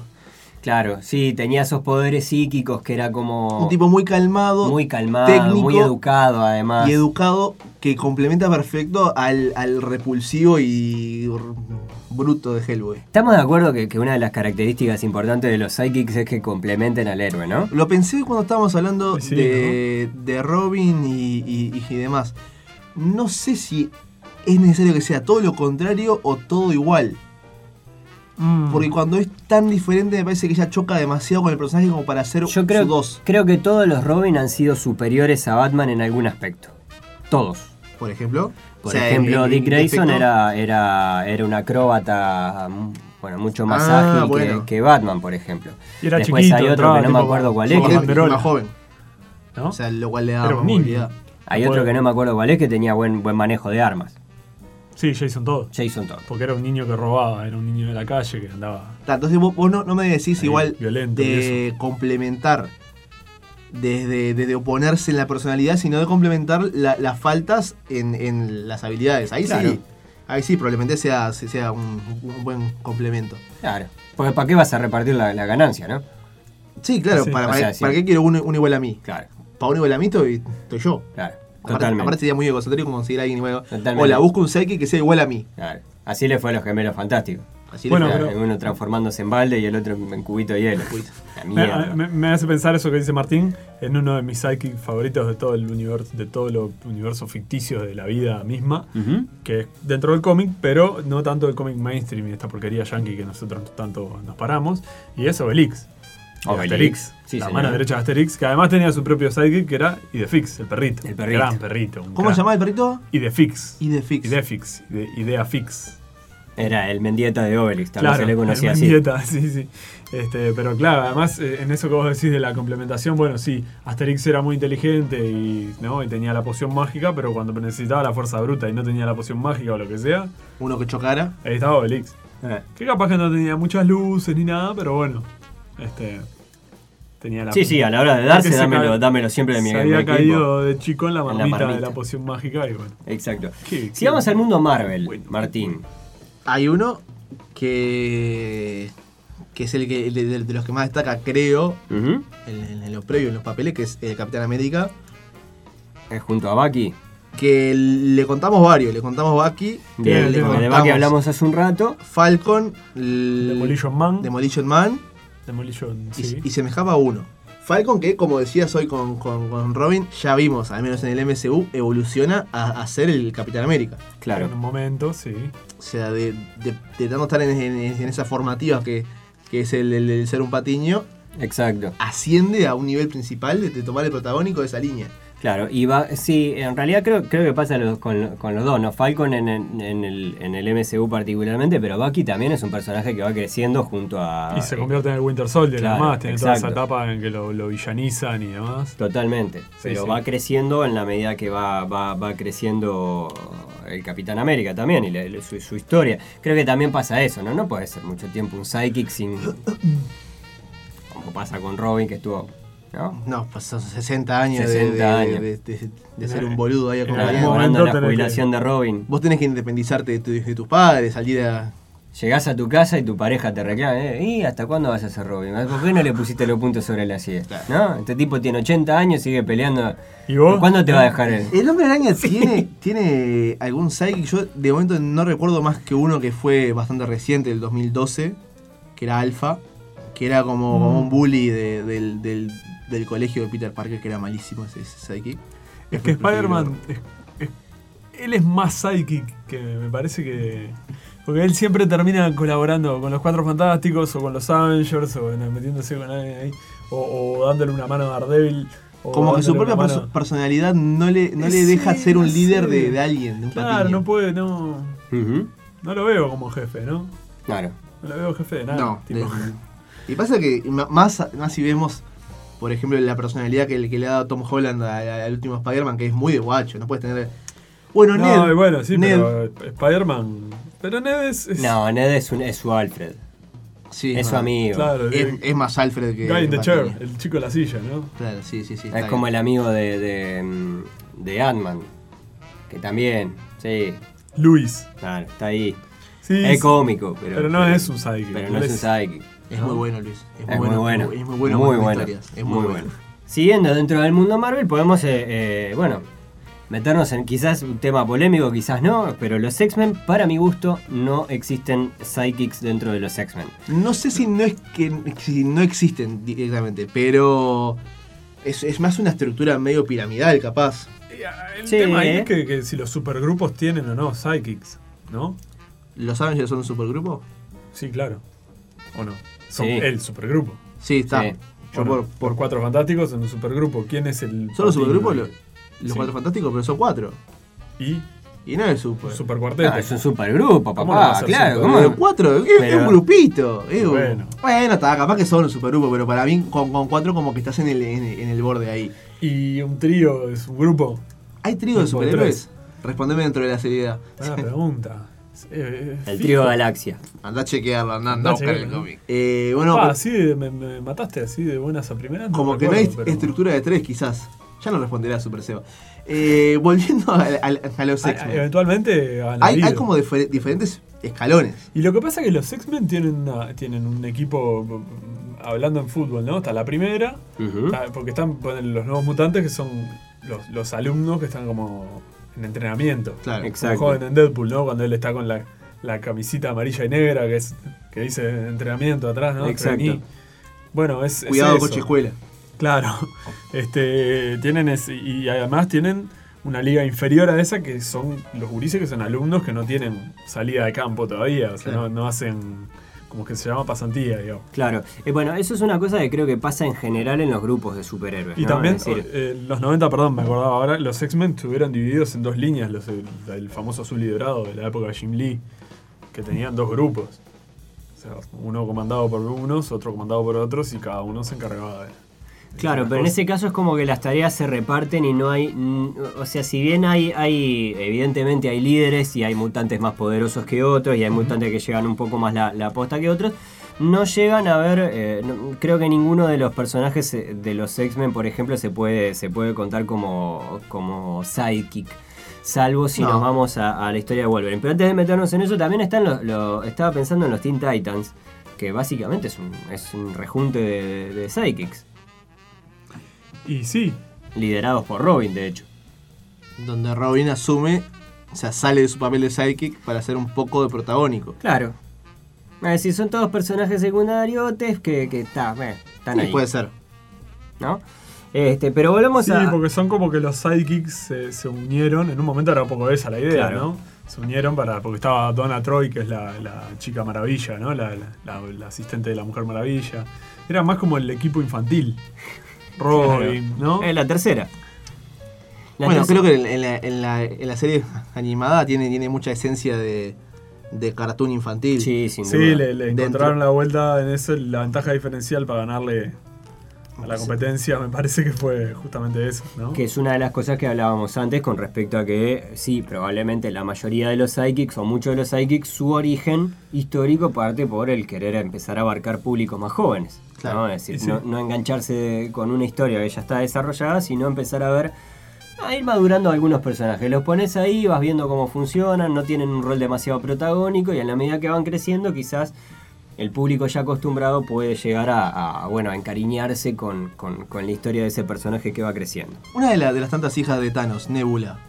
C: Claro, sí, tenía esos poderes psíquicos que era como
D: Oh.
B: Un tipo muy calmado.
C: muy calmado,
B: técnico
C: muy educado además.
B: y educado que complementa perfecto al, al repulsivo y r- bruto de Hellboy.
C: Estamos de acuerdo que, que una de las características importantes de los psychics es que complementen al héroe, ¿no?
B: Lo pensé cuando estábamos hablando
D: Pues Sí,
B: de, de Robin y, y- y demás. No sé si es necesario que sea todo lo contrario o todo igual.
D: Mm.
B: Porque cuando es tan diferente me parece que ya choca demasiado con el personaje como para hacer
C: Yo creo,
B: su dos,
C: creo que todos los Robin han sido superiores a Batman en algún aspecto. Todos.
B: por ejemplo. O
C: Por
B: sea,
C: ejemplo,
B: en- en-
C: Dick
B: en
C: Grayson
B: efecto,
C: era, era, era un acróbata mm, bueno, mucho más
B: Ah,
C: ágil que-
B: bueno.
C: que, Batman, por ejemplo.
D: Y era
C: Después
D: chiquito,
C: hay otro
D: entraba
C: que no me
D: tipo
C: acuerdo
D: con-
C: cuál es.
B: más
C: que-
D: con-
B: joven, más joven.
D: ¿no?
B: O sea, lo cual le daba
D: Era
B: más
D: un niño.
B: movilidad.
C: hay otro
D: Bueno.
C: que no me acuerdo cuál es que tenía buen, buen manejo de armas.
D: Sí, Jason Todd.
C: Jason Todd.
D: Porque era un niño que robaba, era un niño de la calle que andaba.
B: Ta, Entonces vos, vos no, no me decís
D: Ahí,
B: igual
D: violento y
B: de complementar, desde, desde oponerse en la personalidad, sino de complementar la- las faltas en, en las habilidades. Ahí
C: Claro.
B: sí, ahí sí, probablemente sea, se- sea un, un buen complemento.
C: Claro. Porque ¿para qué vas a repartir la, la ganancia, no?
B: Sí, claro,
D: Sí.
B: Para,
C: O
B: para,
C: sea, sí.
B: ¿para qué quiero uno, uno igual a mí?
C: Claro,
B: Para uno igual a mí estoy, estoy yo.
C: claro.
B: Aparte,
C: Totalmente.
B: aparte sería muy egocéntrico conseguir a alguien igual.
C: Totalmente.
B: Hola, busco un psyche que sea igual a mí.
C: Claro. Así le fue a los gemelos fantásticos.
B: Así
D: Bueno,
B: le-
C: Claro,
D: pero-
C: Uno transformándose en balde y el otro en cubito de hielo.
B: Cubito.
C: La
D: Me,
C: mierda.
D: me- me hace pensar eso que dice Martín en uno de mis psychic favoritos de todo el universo, de todo lo universo ficticio de la vida misma,
C: Ujú.
D: que es dentro del cómic, pero no tanto del cómic mainstream y esta porquería yankee que nosotros tanto nos paramos, y es Obelix. de Asterix.
C: Sí,
D: la
C: señor.
D: mano derecha de Asterix, que además tenía su propio sidekick, que era Idefix, el perrito.
C: El perrito.
D: Gran perrito. un
B: ¿Cómo
D: crack.
B: se llamaba el perrito?
D: Idefix.
B: Idefix.
D: Idefix. Ide- Ideafix.
C: Era el Mendieta de Obelix, también se le conocía
D: el
C: así.
D: Mendieta, sí, sí. Este, pero claro, además, eh, en eso que vos decís de la complementación, bueno, sí, Asterix era muy inteligente y, ¿no? y tenía la poción mágica, pero cuando necesitaba la fuerza bruta y no tenía la poción mágica o lo que sea,
B: Uno que chocara.
D: ahí estaba Obelix.
C: Eh.
D: Que capaz que no tenía muchas luces ni nada, pero bueno. Este. Tenía la
C: Sí, sí, a la hora de
D: Porque
C: darse,
D: se
C: dámelo,
D: ca-
C: dámelo siempre de mi,
D: Se
C: de mi
D: había
C: equipo.
D: caído de chico en la
C: la
D: marmita, de
C: marmita.
D: la poción mágica y bueno.
C: Exacto.
D: Qué-
C: Si vamos al mundo Marvel,
D: Bueno.
C: Martín.
B: Hay uno que. que es el que el de, de- de los que más destaca, creo,
C: Ujú.
B: en, en- en los previos, en los papeles, que es el Capitán América.
C: Es junto a Bucky.
B: Que le contamos varios, le contamos Bucky,
C: De,
B: le
C: de- de Bucky hablamos hace un rato.
B: Falcon, l-
D: Demolition Man.
B: Demolition Man,
D: Demolition,
B: y-
D: sí.
B: y, se me escapa uno. Falcon, que como decías hoy con, con- con Robin, ya vimos, al menos en el MCU, evoluciona a, a ser el Capitán América.
D: En un
C: Claro.
D: momento, sí.
B: O sea, de, de, de tanto estar en, en- en esas formativas que, que es el, el- el ser un patiño,
C: Exacto.
B: asciende a un nivel principal de, de tomar el protagónico de esa línea.
C: Claro, y va, sí, en realidad creo, creo que pasa los- con, con los dos, ¿no? Falcon en, en- en el, en el MCU particularmente, pero Bucky también es un personaje que va creciendo junto a...
D: y se convierte en el Winter Soldier,
C: Ah, Claro,
D: además. Tiene toda esa
C: exacto.
D: etapa en que lo, lo villanizan y demás.
C: Totalmente, pero
D: sí.
C: va creciendo en la medida que va, va, va creciendo el Capitán América también y le- le- su, su historia. Creo que también pasa eso, ¿no? No puede ser mucho tiempo un psychic sin... Como pasa con Robin que estuvo... ¿no?
B: No, pues son 60 años, de-
C: 60
B: de,
C: años.
B: de- de- de ser un boludo ahí
D: En
C: Claro,
D: algún
B: acompañando.
C: hablando
D: momento
C: de la
D: tenés que-
C: jubilación de Robin.
B: Vos tenés que independizarte de, tu- de tus padres, salir a...
C: Llegás a tu casa y tu pareja te reclama, eh, ¿y hasta cuándo vas a ser Robin? ¿Por qué no le pusiste los puntos sobre la silla? ¿No? Este tipo tiene 80 años, sigue peleando.
D: ¿Y vos? Eh,
C: ¿Cuándo te va a dejar él?
B: ¿El hombre araña tiene, tiene algún psychic? Yo de momento no recuerdo más que uno que fue bastante reciente, del 2012, que era Alpha, que era como,
D: Mm.
B: como un bully de- del, del- del colegio de Peter Parker, que era malísimo ese, ese psychic.
D: Es que Spider-Man. es- es- él es más psychic que me parece que. Porque él siempre termina colaborando con los Cuatro Fantásticos o con los Avengers o en- metiéndose con alguien ahí. O, o dándole una mano a Daredevil. o
B: Como que su
D: dándole
B: propia
D: una
B: perso-
D: mano-
B: personalidad no le, no le
D: Sí,
B: deja ser un
D: no
B: líder
D: sé.
B: de, de alguien, de un
D: Claro,
B: patiño.
D: no puede, no.
C: Ujú.
D: No lo veo como jefe, ¿no?
C: Claro.
D: No lo veo jefe de nada.
B: No,
D: tipo.
B: de- y pasa que ma- más, más si vemos, por ejemplo, la personalidad que, le- que le ha dado Tom Holland a- a- al último Spider-Man, que es muy de guacho, no puedes tener... Bueno,
D: No,
B: Ned,
D: y bueno, sí,
B: Ned,
D: pero Spider-Man. Pero Ned es. es-
C: No, Ned es, un- es su Alfred.
B: sí,
C: Es su
B: verdad.
C: amigo.
D: Claro,
B: Es,
D: el
B: es más Alfred que...
D: Guy in the
B: que
D: Chair,
B: Patiño.
D: el chico de la silla, ¿no?
B: Claro, sí, sí, sí.
C: Es como el amigo de, de, mm, de Ant-Man. Que también, sí,
D: Luis.
C: claro, está ahí.
D: Sí,
C: Es
D: sí,
C: cómico, pero.
D: Pero no es un psychic.
C: Pero no es un psychic.
B: Es muy bueno, Luis. Es,
C: Es muy bueno.
B: Es muy bueno.
C: Muy
B: contando
C: bueno.
B: historias. Es
C: Muy bueno. Siguiendo dentro del mundo Marvel, podemos, eh, eh, bueno, meternos en quizás un tema polémico, quizás no, pero los X-Men, para mi gusto, no existen psychics dentro de los X-Men.
B: No sé si no es que si no existen directamente, pero es, es más una estructura medio piramidal, capaz.
D: Eh, El
C: Sí.
D: tema ahí es que, que si los supergrupos tienen o no psychics, ¿no?
B: ¿Los Ángeles son un supergrupo?
D: Sí, claro. ¿O no? Son
C: Sí.
D: el supergrupo.
B: Sí, está.
C: Sí.
B: Yo por,
D: Bueno, por,
B: por-
D: cuatro fantásticos en un supergrupo. ¿Quién es el.
B: son los
D: patino?
B: supergrupos lo- los,
D: Sí.
B: cuatro fantásticos, pero son cuatro.
D: Y
B: Y no Pues, ah, es super.
D: un
C: No,
D: supercuarteto.
C: Ah, es un supergrupo,
D: ¿Cómo no va a
C: papá,
D: ser
C: claro.
D: supergrupo?
B: Pero
C: ¿cómo?
B: cuatro, es- es
C: Pero-
B: un grupito. es un-
D: Bueno.
B: bueno. está, capaz que son un supergrupo, pero para mí con, con cuatro como que estás en el, en, el- en el borde ahí.
D: Y un trío es un grupo.
B: ¿Hay trío de
D: Tipo
B: superhéroes? Respondeme dentro de la seriedad.
D: Buena pregunta. Eh, eh,
C: El
D: fijo.
C: trío Galaxia.
B: Andá a chequearlo, andá, andá
D: Andá
B: a
D: a
B: buscar el
D: chequearlo.
B: cómic. Eh, bueno,
D: ah,
B: pero-
D: así de- me, me mataste así de buenas a primeras. no
B: Como que no hay
D: recuerdo, pero-
B: estructura de tres, quizás. Ya no responderá Super Seba. Eh, volviendo a, a- a los
D: Ah,
B: X-Men.
D: Eventualmente han
B: Hay, hay
D: habido.
B: como difer- diferentes escalones.
D: Y lo que pasa es que los X-Men tienen, una- tienen un equipo, mm, hablando en fútbol, ¿no? Está la primera,
C: Ujú.
D: está- porque están ponen los nuevos mutantes que son los, los alumnos que están como en entrenamiento.
B: Claro.
C: Ex-
D: Como
C: Exacto.
D: joven en Deadpool, ¿no? Cuando él está con la, la camisita amarilla y negra que, es, que dice entrenamiento atrás, ¿no?
C: Exacto.
D: Trainee. Bueno, es. es
B: Cuidado,
D: eso.
B: coche escuela.
D: Claro. Este, tienen ese- y además tienen una liga inferior a esa que son los gurises que son alumnos que no tienen salida de campo todavía. O sea,
B: Claro.
D: no, no hacen como que se llama pasantía, digamos.
C: Claro. Eh, bueno, eso es una cosa que creo que pasa en general en los grupos de superhéroes.
D: Y
C: ¿no?
D: también,
C: Es decir,
D: eh, los 90, perdón, me acordaba ahora, los X-Men estuvieron divididos en dos líneas, los, el, el famoso azul liderado de la época de Jim Lee, que tenían dos grupos. O sea, uno comandado por unos, otro comandado por otros, y cada uno se encargaba de...
C: Claro, pero en ese caso es como que las tareas se reparten y no hay... mm, O sea, si bien hay, hay evidentemente hay líderes y hay mutantes más poderosos que otros y hay mutantes que llegan un poco más la, la posta que otros, no llegan a ver... eh, no- creo que ninguno de los personajes eh, de los X-Men, por ejemplo, se puede, se puede contar como, como sidekick. Salvo si
B: No.
C: nos vamos a, a la historia de Wolverine. Pero antes de meternos en eso, también están los, lo- estaba pensando en los Teen Titans, que básicamente es un, es un rejunte de, de sidekicks
D: Y sí,
C: liderados por Robin, de hecho.
B: Donde Robin asume, o sea, sale de su papel de sidekick para ser un poco de protagónico.
C: Claro. Es decir, son todos personajes secundarios que, que está, bueno, están
B: Sí, pues.
C: ahí,
B: puede ser.
C: ¿no? Este, pero volvemos
D: sí,
C: a...
D: porque son como que los sidekicks se, se unieron, en un momento era un poco esa la idea,
C: Claro.
D: ¿no? Se unieron para, porque estaba Donna Troy, que es la, la chica maravilla, ¿no? La, la- la- la asistente de la Mujer Maravilla. Era más como el equipo infantil. Robin, ¿no?
C: Es Eh, la tercera. La
B: bueno,
C: tercera-
B: creo que en- en la, en la- en la serie animada tiene, tiene mucha esencia de, de cartoon infantil.
C: Sí, sin
D: Sí,
C: duda.
D: le, le
B: Dentro.
D: encontraron la vuelta en eso, la ventaja diferencial para ganarle a la competencia, me parece que fue justamente eso, ¿no?
C: Que es una de las cosas que hablábamos antes con respecto a que sí, probablemente la mayoría de los psychics o muchos de los psychics, su origen histórico parte por el querer empezar a abarcar públicos más jóvenes.
B: Claro.
C: ¿no? Es decir,
D: Y sí.
C: no, no engancharse con una historia que ya está desarrollada, sino empezar a ver, a ir madurando algunos personajes. Los pones ahí, vas viendo cómo funcionan, no tienen un rol demasiado protagónico y en la medida que van creciendo quizás el público ya acostumbrado puede llegar a, a, bueno, a encariñarse con, con- con la historia de ese personaje que va creciendo.
B: Una de, la- de las tantas hijas de Thanos, Nebula,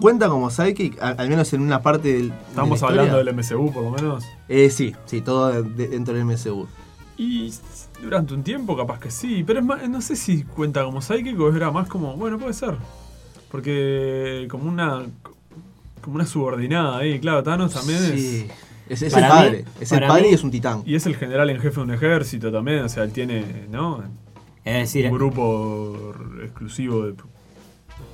B: cuenta como sidekick, al, al menos en una parte del.
D: Estamos hablando del em- MCU, por lo menos.
B: del. Eh, sí, sí, todo de- de- dentro del MCU.
D: Y s- durante un tiempo capaz que sí, pero es más, no sé si cuenta como psychic o era más como, bueno, puede ser. Porque como una como una subordinada ahí, claro, Thanos también
B: Sí. Es, es el
C: Para mí-
B: padre. es el
C: para
B: padre
C: mí-
B: y es un titán.
D: es y es el general en jefe de un ejército también, o sea, él tiene, ¿no?
C: Es decir,
D: Un grupo exclusivo de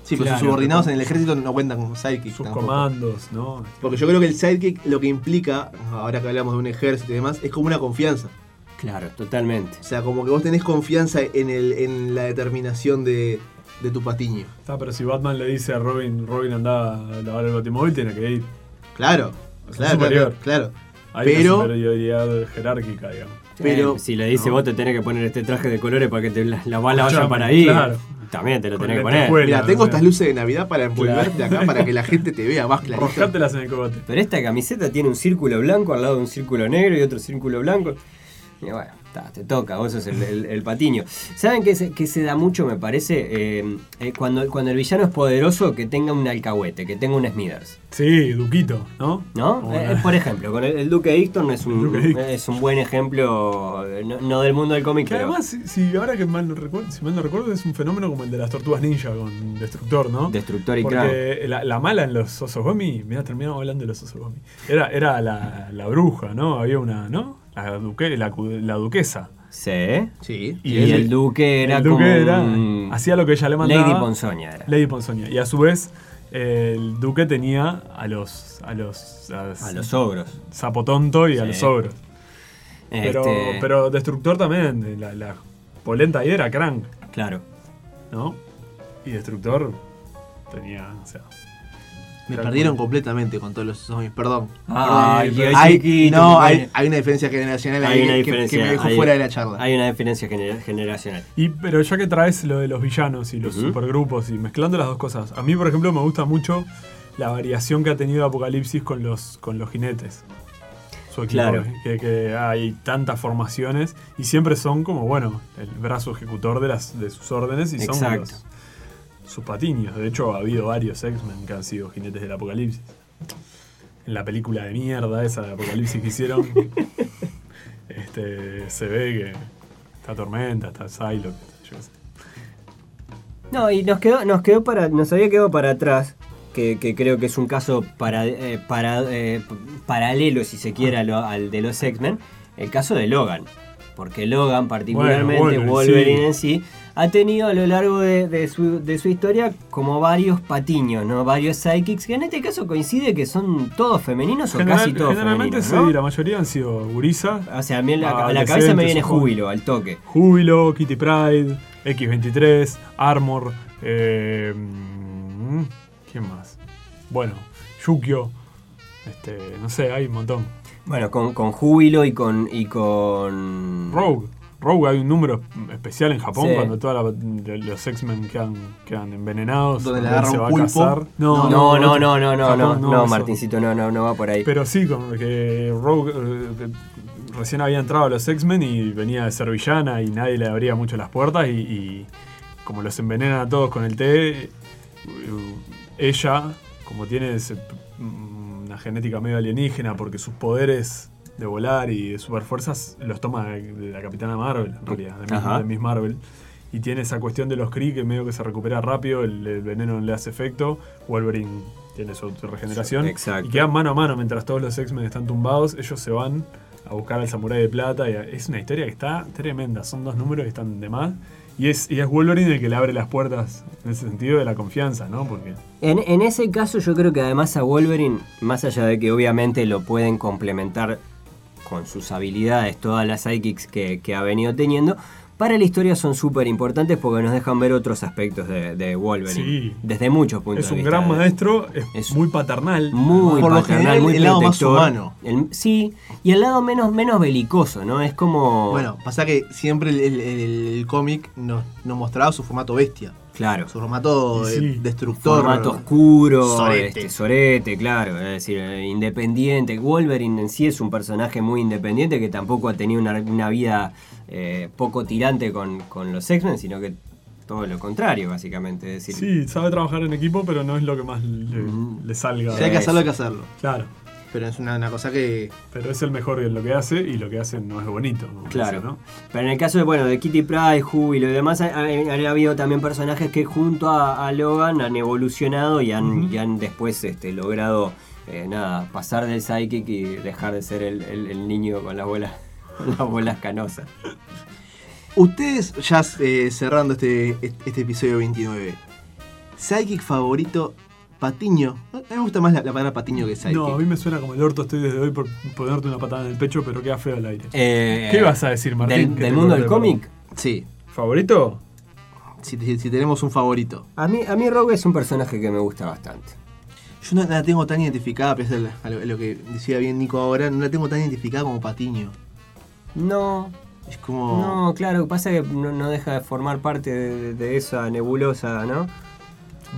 B: Sí, pero
C: Claro.
B: sus subordinados en el ejército no cuentan como sidekick.
D: sus
B: tampoco.
D: comandos, ¿no?
B: Porque yo creo que el sidekick lo que implica, ahora que hablamos de un ejército y demás, es como una confianza.
C: claro, totalmente.
B: O sea, como que vos tenés confianza en, el, en la determinación de, de tu patiño.
D: Está, pero si Batman le dice a Robin, Robin anda a lavar el batimóvil, tiene que ir.
B: Claro,
D: Es
B: claro,
D: superior.
B: claro, claro.
D: Hay
B: Pero-
D: una superioridad jerárquica, digamos.
B: Pero-
C: Eh, si le dice vos te tenés que poner este traje de colores para que te la, la bala vaya
D: Escuchame,
C: para ahí,
D: claro.
C: también te lo
D: Con este
C: tenés que poner.
D: lentejuelas.
B: Mira,
D: Bueno,
B: tengo
D: o sea.
B: estas luces de Navidad para envolverte
D: Claro.
B: acá para que la gente te vea más clarito.
D: Roscátelas en el cogote.
C: Pero esta camiseta tiene un círculo blanco al lado de un círculo negro y otro círculo blanco. Y bueno, ta, te toca, vos sos el, el- el patiño. ¿Saben qué se, qué se da mucho, me parece? Eh, eh, cuando, cuando el villano es poderoso, que tenga un alcahuete, que tenga un Smithers.
D: Sí, Duquito, ¿no?
C: ¿No?
D: Como
C: Eh,
D: una-
C: por ejemplo, con el, el Duque Higton es
D: El
C: un,
D: Duque Higton.
C: es un buen ejemplo, eh, no, no del mundo del cómic,
D: Que
C: pero...
D: además, si, si ahora que mal no recuerdo, si mal no recuerdo, es un fenómeno como el de las tortugas ninja con Destructor, ¿no?
C: Destructor y Krang.
D: Porque la, la mala en los Osogomi, mira, terminamos hablando de los Osogomi. Era, era la, la bruja, ¿no? Había una, ¿no? La, duque, la, cu- la duquesa.
C: Sí.
B: Sí.
C: Y, el,
D: él-
C: duque era
D: el duque
C: como
D: era-
C: un-
D: hacía lo que ella le mandaba.
C: Lady Ponzoña era.
D: Lady Ponzoña. Y a su vez, el duque tenía a los. a los. a,
C: A los ogros.
D: Zapotonto y a
C: Sí.
D: los ogros. Pero,
C: Este,
D: pero Destructor también, la, la polenta ahí era Crank,
C: Claro.
D: ¿no? Y Destructor tenía. O sea,
B: Me
D: Claro.
B: perdieron completamente con todos los zombies, perdón.
C: Ay,
B: Perdón.
C: ay,
B: Hay-
C: chiquito,
B: no,
C: que
B: hay,
C: viene.
B: hay una diferencia generacional ahí
C: Hay una
B: que-
C: diferencia.
B: que, me dejó
C: hay-
B: fuera de la charla.
C: Hay una diferencia gener- generacional.
D: Y, pero ya que traes lo de los villanos y los
C: Ujú.
D: supergrupos y mezclando las dos cosas, a mí por ejemplo me gusta mucho la variación que ha tenido Apocalipsis con los, con los jinetes. Su equipo,
C: Claro.
D: eh, que, que hay tantas formaciones y siempre son como, bueno, el brazo ejecutor de, las, de sus órdenes y Este son
C: Exacto.
D: los- sus patiños. De hecho, ha habido varios X-Men que han sido jinetes del Apocalipsis. En la película de mierda esa de Apocalipsis que hicieron, este, se ve que está Tormenta, está Psylocke, está- yo qué sé.
C: No, y nos quedó, nos quedó para. Nos había quedado para atrás. Que, que creo que es un caso para, eh, para- eh, p- paralelo, si se quiere, a lo- al de los X-Men. el caso de Logan. Porque Logan, particularmente
D: Wolverine,
C: Wolverine
D: sí.
C: en sí, ha tenido a lo largo de, de su, de su historia como varios patiños, ¿no? Varios psychics, que en este caso coincide que son todos femeninos o
D: General-
C: casi todos
D: generalmente
C: femeninos. ¿no?
D: sí, la mayoría han sido gurisas.
C: O sea, a mí en la,
D: Ah,
C: a la cabeza me
D: adolescentes,
C: viene
D: supongo.
C: júbilo al toque.
D: Júbilo, Kitty Pride, X23, Armor, eh, mm, ¿quién más? Bueno, Yukio, este, no sé, hay un montón.
C: Bueno, con, con júbilo y con. Y con...
D: Rogue, Rogue hay un número especial en Japón
C: Sí.
D: cuando todos los X-Men quedan, quedan envenenados,
B: Donde le
D: él
B: agarra
D: se
B: un
D: va
B: pulpo.
D: a cazar.
C: No, no, no, no, no, no, no,
D: Japón,
C: no,
D: eso.
C: Martincito, no, no, no va por ahí.
D: Pero sí, como que Rogue eh, que recién había entrado a los X-Men y venía de ser villana y nadie le abría mucho las puertas y, y como los envenenan a todos con el té, eh, ella, como tiene ese- mm, una genética medio alienígena porque sus poderes de volar y de superfuerzas los toma de de la Capitana Marvel, en realidad, de Miss,
C: Ajá.
D: de Miss Marvel. Y tiene esa cuestión de los Kree que medio que se recupera rápido, el, el veneno no le hace efecto, Wolverine tiene su regeneración.
C: Exacto.
D: Y quedan mano a mano mientras todos los X-Men están tumbados. Ellos se van a buscar al Samurai de Plata. y a- es una historia que está tremenda. Son dos números que están de más. Y es, y es Wolverine el que le abre las puertas en ese sentido de la confianza, ¿no? Porque
C: En, en ese caso yo creo que además a Wolverine, más allá de que obviamente lo pueden complementar con sus habilidades, todas las psychics que, que ha venido teniendo, para la historia son súper importantes porque nos dejan ver otros aspectos de, de Wolverine.
D: Sí.
C: Desde muchos puntos
D: es
C: de
D: un
C: vista.
D: gran maestro, es,
C: Es-
D: muy paternal.
C: Muy
B: Por lo
C: paternal,
B: general,
C: muy
B: el lado más
C: protector.
B: humano.
C: El- sí, y el lado menos, menos belicoso, ¿no? Es como...
B: Bueno, pasa que siempre el, el- el- el cómic nos, nos mostraba su formato bestia,
C: claro.
B: su formato
D: Sí, sí.
B: eh, destructor.
C: Formato oscuro,
B: Sorete.
C: este, sorete, claro, es decir, eh, independiente. Wolverine en sí es un personaje muy independiente que tampoco ha tenido una, una vida eh, poco tirante con, con los X-Men, sino que todo lo contrario, básicamente. Es decir,
D: Sí, sabe trabajar en equipo, pero no es lo que más le, le salga.
B: Si hay que hacerlo, hay que hacerlo.
D: Claro.
B: Pero es una, una cosa que.
D: Pero es el mejor en lo que hace y lo que hace no es bonito. me parece,
C: Claro.
D: ¿no?
C: Pero en el caso de, bueno, de Kitty Pryde, Júbilo y demás, ha, ha- ha habido también personajes que junto a, a Logan han evolucionado y han, y han después este, logrado, eh, nada, pasar del psychic y dejar de ser el, el- el niño con las bolas, con las bolas canosas.
B: Ustedes, ya eh, cerrando este, este episodio 29, ¿Psychic favorito? Patiño. A mí me gusta más la, la palabra patiño que Psychic.
D: No, a mí me suena como el orto, estoy desde hoy por ponerte una patada en el pecho, pero queda feo al aire. ¿Qué ibas a decir, Martín?
C: Eh, Del,
D: Que
C: del
D: te
C: mundo
D: corté,
C: del
D: perdón.
C: cómic.
B: Sí,
D: ¿Favorito?
B: si, si- si tenemos un favorito.
C: A mí, a mí Rogue es un personaje que me gusta bastante.
B: Yo no la tengo tan identificada, a pesar de la- a lo, a lo que decía bien Nico ahora, no la tengo tan identificada como Patiño.
C: No,
B: Es como.
C: no, claro, pasa que no, no deja de formar parte de, de esa nebulosa, ¿no?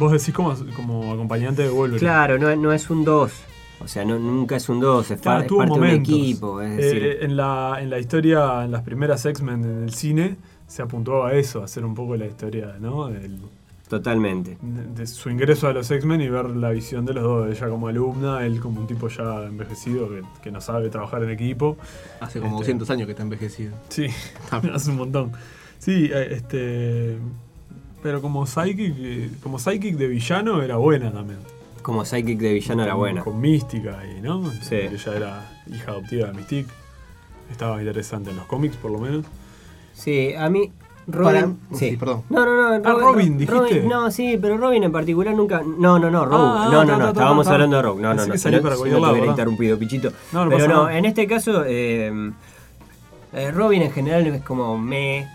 D: Vos decís como, como acompañante de Wolverine.
C: Claro, no, no es un 2. O sea, no, nunca es un 2, es,
D: Claro,
C: par- es
D: tuvo
C: parte
D: momentos.
C: de un equipo. Es
D: Eh,
C: decir,
D: en, la, en la historia, en las primeras X-Men en el cine, se apuntó a eso, a hacer un poco la historia, ¿no? Del-
C: totalmente.
D: de su ingreso a los X-Men y ver la visión de los dos, ella como alumna, él como un tipo ya envejecido que, que no sabe trabajar en equipo.
B: Hace como
D: Este.
B: 200 años que está envejecido.
D: Sí, hace un montón. Sí, eh, este. Pero como psychic, eh, como psychic de villano era buena también.
C: Como psychic de villano era
D: con-
C: buena.
D: Con Mística y, ¿no?
C: Sí.
D: Ella era hija adoptiva de Mystique. Estaba interesante en los cómics, por lo menos.
C: Sí, a mí.
B: Para- uh,
C: Robin.
B: sí, perdón.
C: No, no, no.
D: Ah, Robin, dijiste.
C: no, sí, pero Robin en particular nunca. No, no, no, Rogue.
D: Ah,
C: no,
D: ah,
C: no, no.
D: ta, ta,
C: Estábamos
D: ta, ta.
C: hablando de Rogue. No,
D: Pensé
C: no, no.
D: que
C: si
D: salí
C: no-
D: para
C: si no
D: cualquier lado,
C: te hubiera
D: ¿verdad?
C: interrumpido, Pichito.
D: No, no
C: pero
D: pasa
C: no,
D: nada.
C: en este caso, eh, eh, Robin en general es como me.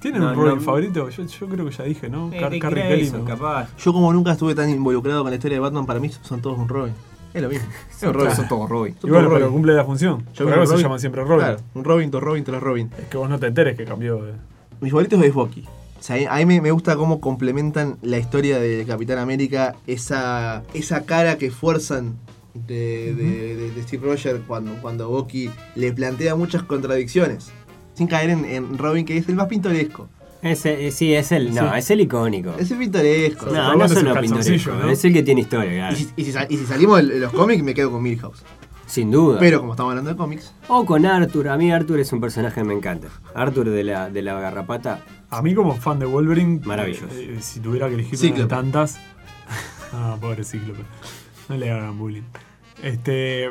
D: ¿Tienen
C: No,
D: un Robin
C: no.
D: favorito? Yo, yo creo que ya dije, ¿no?
C: me
D: Car-
C: de
D: Carrie Kelly.
C: Grayson,
D: ¿no?
C: capaz.
B: Yo, como nunca estuve tan involucrado con la historia de Batman, para mí son todos un Robin. Es lo mismo. Es un Robin.
C: Son todos Robin.
D: Y bueno,
B: Robin.
D: pero cumple la función.
B: Yo veo
D: por algo
B: un
D: se
B: Robin.
D: llaman siempre Robin.
B: Claro, un Robin, dos Robin, tres Robin.
D: Es que vos no te enteres que cambió. de-
B: Mis favoritos es Bucky. O sea, a mí me, me gusta cómo complementan la historia de Capitán América, esa, esa cara que fuerzan de, de- de- de Steve Rogers cuando, cuando Bucky le plantea muchas contradicciones. Sin caer en, en Robin, que es el más pintoresco.
C: Ese, eh, sí, es el. No,
D: Sí.
C: es el icónico.
B: Es el pintoresco.
D: Pero
C: No,
D: Roland
C: no
D: es
C: solo
D: el calzoncillo,
C: pintoresco,
D: ¿no?
C: es el que tiene historia,
B: Y
C: claro.
B: si, y si sa- y si salimos de los cómics, me quedo con Milhouse.
C: sin duda.
B: Pero como estamos hablando de cómics,
C: o con Arthur, a mí Arthur es un personaje que me encanta. Arthur de la, de la garrapata,
D: A mí, como fan de Wolverine,
C: Maravilloso.
D: eh, eh, si tuviera que elegir una de
B: Cíclope.
D: tantas. Ah, pobre Cíclope. No le hagan bullying. Este,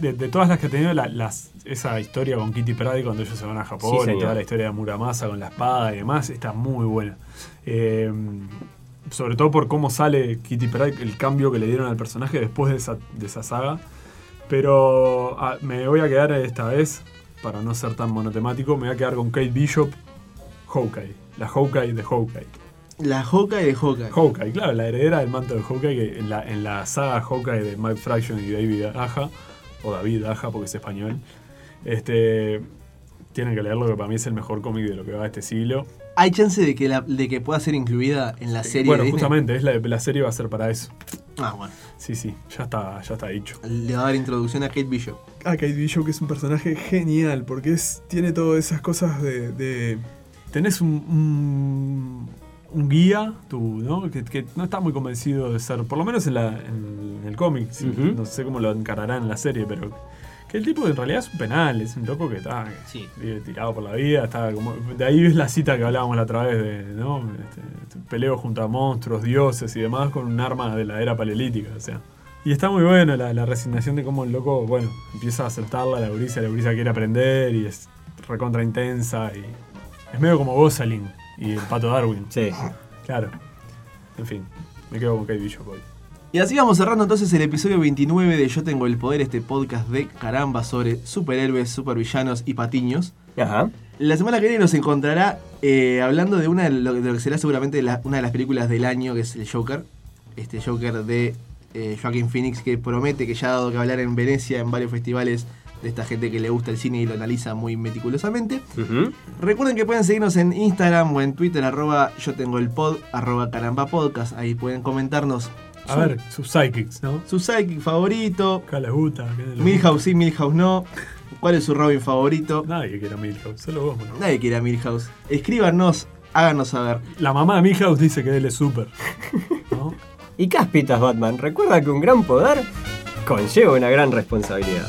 D: de, de todas las que ha tenido, la- las, esa historia con Kitty Pryde cuando ellos se van a
C: Sí,
D: Japón, y
C: señor.
D: toda la historia de Muramasa con la espada y demás, está muy buena. Eh, sobre todo por cómo sale Kitty Pryde, el cambio que le dieron al personaje después de esa, de esa saga. Pero ah, me voy a quedar esta vez, para no ser tan monotemático, me voy a quedar con Kate Bishop, Hawkeye, la Hawkeye de Hawkeye.
B: La Hawkeye de Hawkeye.
D: Hawkeye, claro, la heredera del manto de Hawkeye que en la, en la saga Hawkeye de Mike Fraction y David Aja, o David Aja porque es español, este, tienen que leerlo que para mí es el mejor cómic de lo que va este siglo.
B: ¿Hay chance de que, la- de que pueda ser incluida en la serie
D: bueno,
B: de Disney?
D: justamente, es la, la serie va a ser para eso.
B: Ah, bueno.
D: Sí, sí, ya está, ya está dicho.
B: Le va a dar introducción a Kate Bishop.
E: a Kate Bishop, que es un personaje genial, porque es, tiene todas esas cosas de. de-
D: Tenés un, un, un guía, tú, ¿no? Que, que no está muy convencido de ser, por lo menos en, la- en- en el cómic, sí,
C: Ujú.
D: no sé cómo lo encararán en la serie, pero que el tipo en realidad es un penal, es un loco que está
B: Sí.
D: vive tirado por la vida, está como, de ahí es la cita que hablábamos la otra vez de, ¿no? Este, peleo junto a monstruos, dioses y demás con un arma de la era paleolítica, o sea. Y está muy bueno la, la resignación de cómo el loco, bueno, empieza a aceptarla, la brisa, la brisa quiere aprender y es recontra intensa y es medio como Gosling y el pato Darwin.
C: Sí.
D: Claro. En fin, me quedo con Kate Bishop hoy.
B: Y así vamos cerrando entonces el episodio 29 de Yo Tengo el Poder, este podcast de caramba sobre superhéroes, supervillanos y patiños.
C: Ajá.
B: La semana que viene nos encontrará eh, hablando de una de lo, de lo que será seguramente la- una de las películas del año, que es el Joker. Este Joker de eh, Joaquin Phoenix, que promete que ya ha dado que hablar en Venecia, en varios festivales, de esta gente que le gusta el cine y lo analiza muy meticulosamente.
C: Ujú.
B: Recuerden que pueden seguirnos en Instagram o en Twitter, arroba yo tengo el pod, arroba caramba podcast. Ahí pueden comentarnos
D: A
B: su,
D: ver, sus psychics, ¿no?
B: su psychic favorito,
D: Acá les gusta. acá no les gusta.
B: Milhouse sí, Milhouse no, cuál es su Robin favorito.
D: Nadie quiere a Milhouse, solo vos, ¿no?
B: Nadie quiere a Milhouse. Escríbanos, háganos saber.
D: La mamá de Milhouse dice que él es súper. ¿no?
C: Y Caspitas Batman, recuerda que un gran poder conlleva una gran responsabilidad.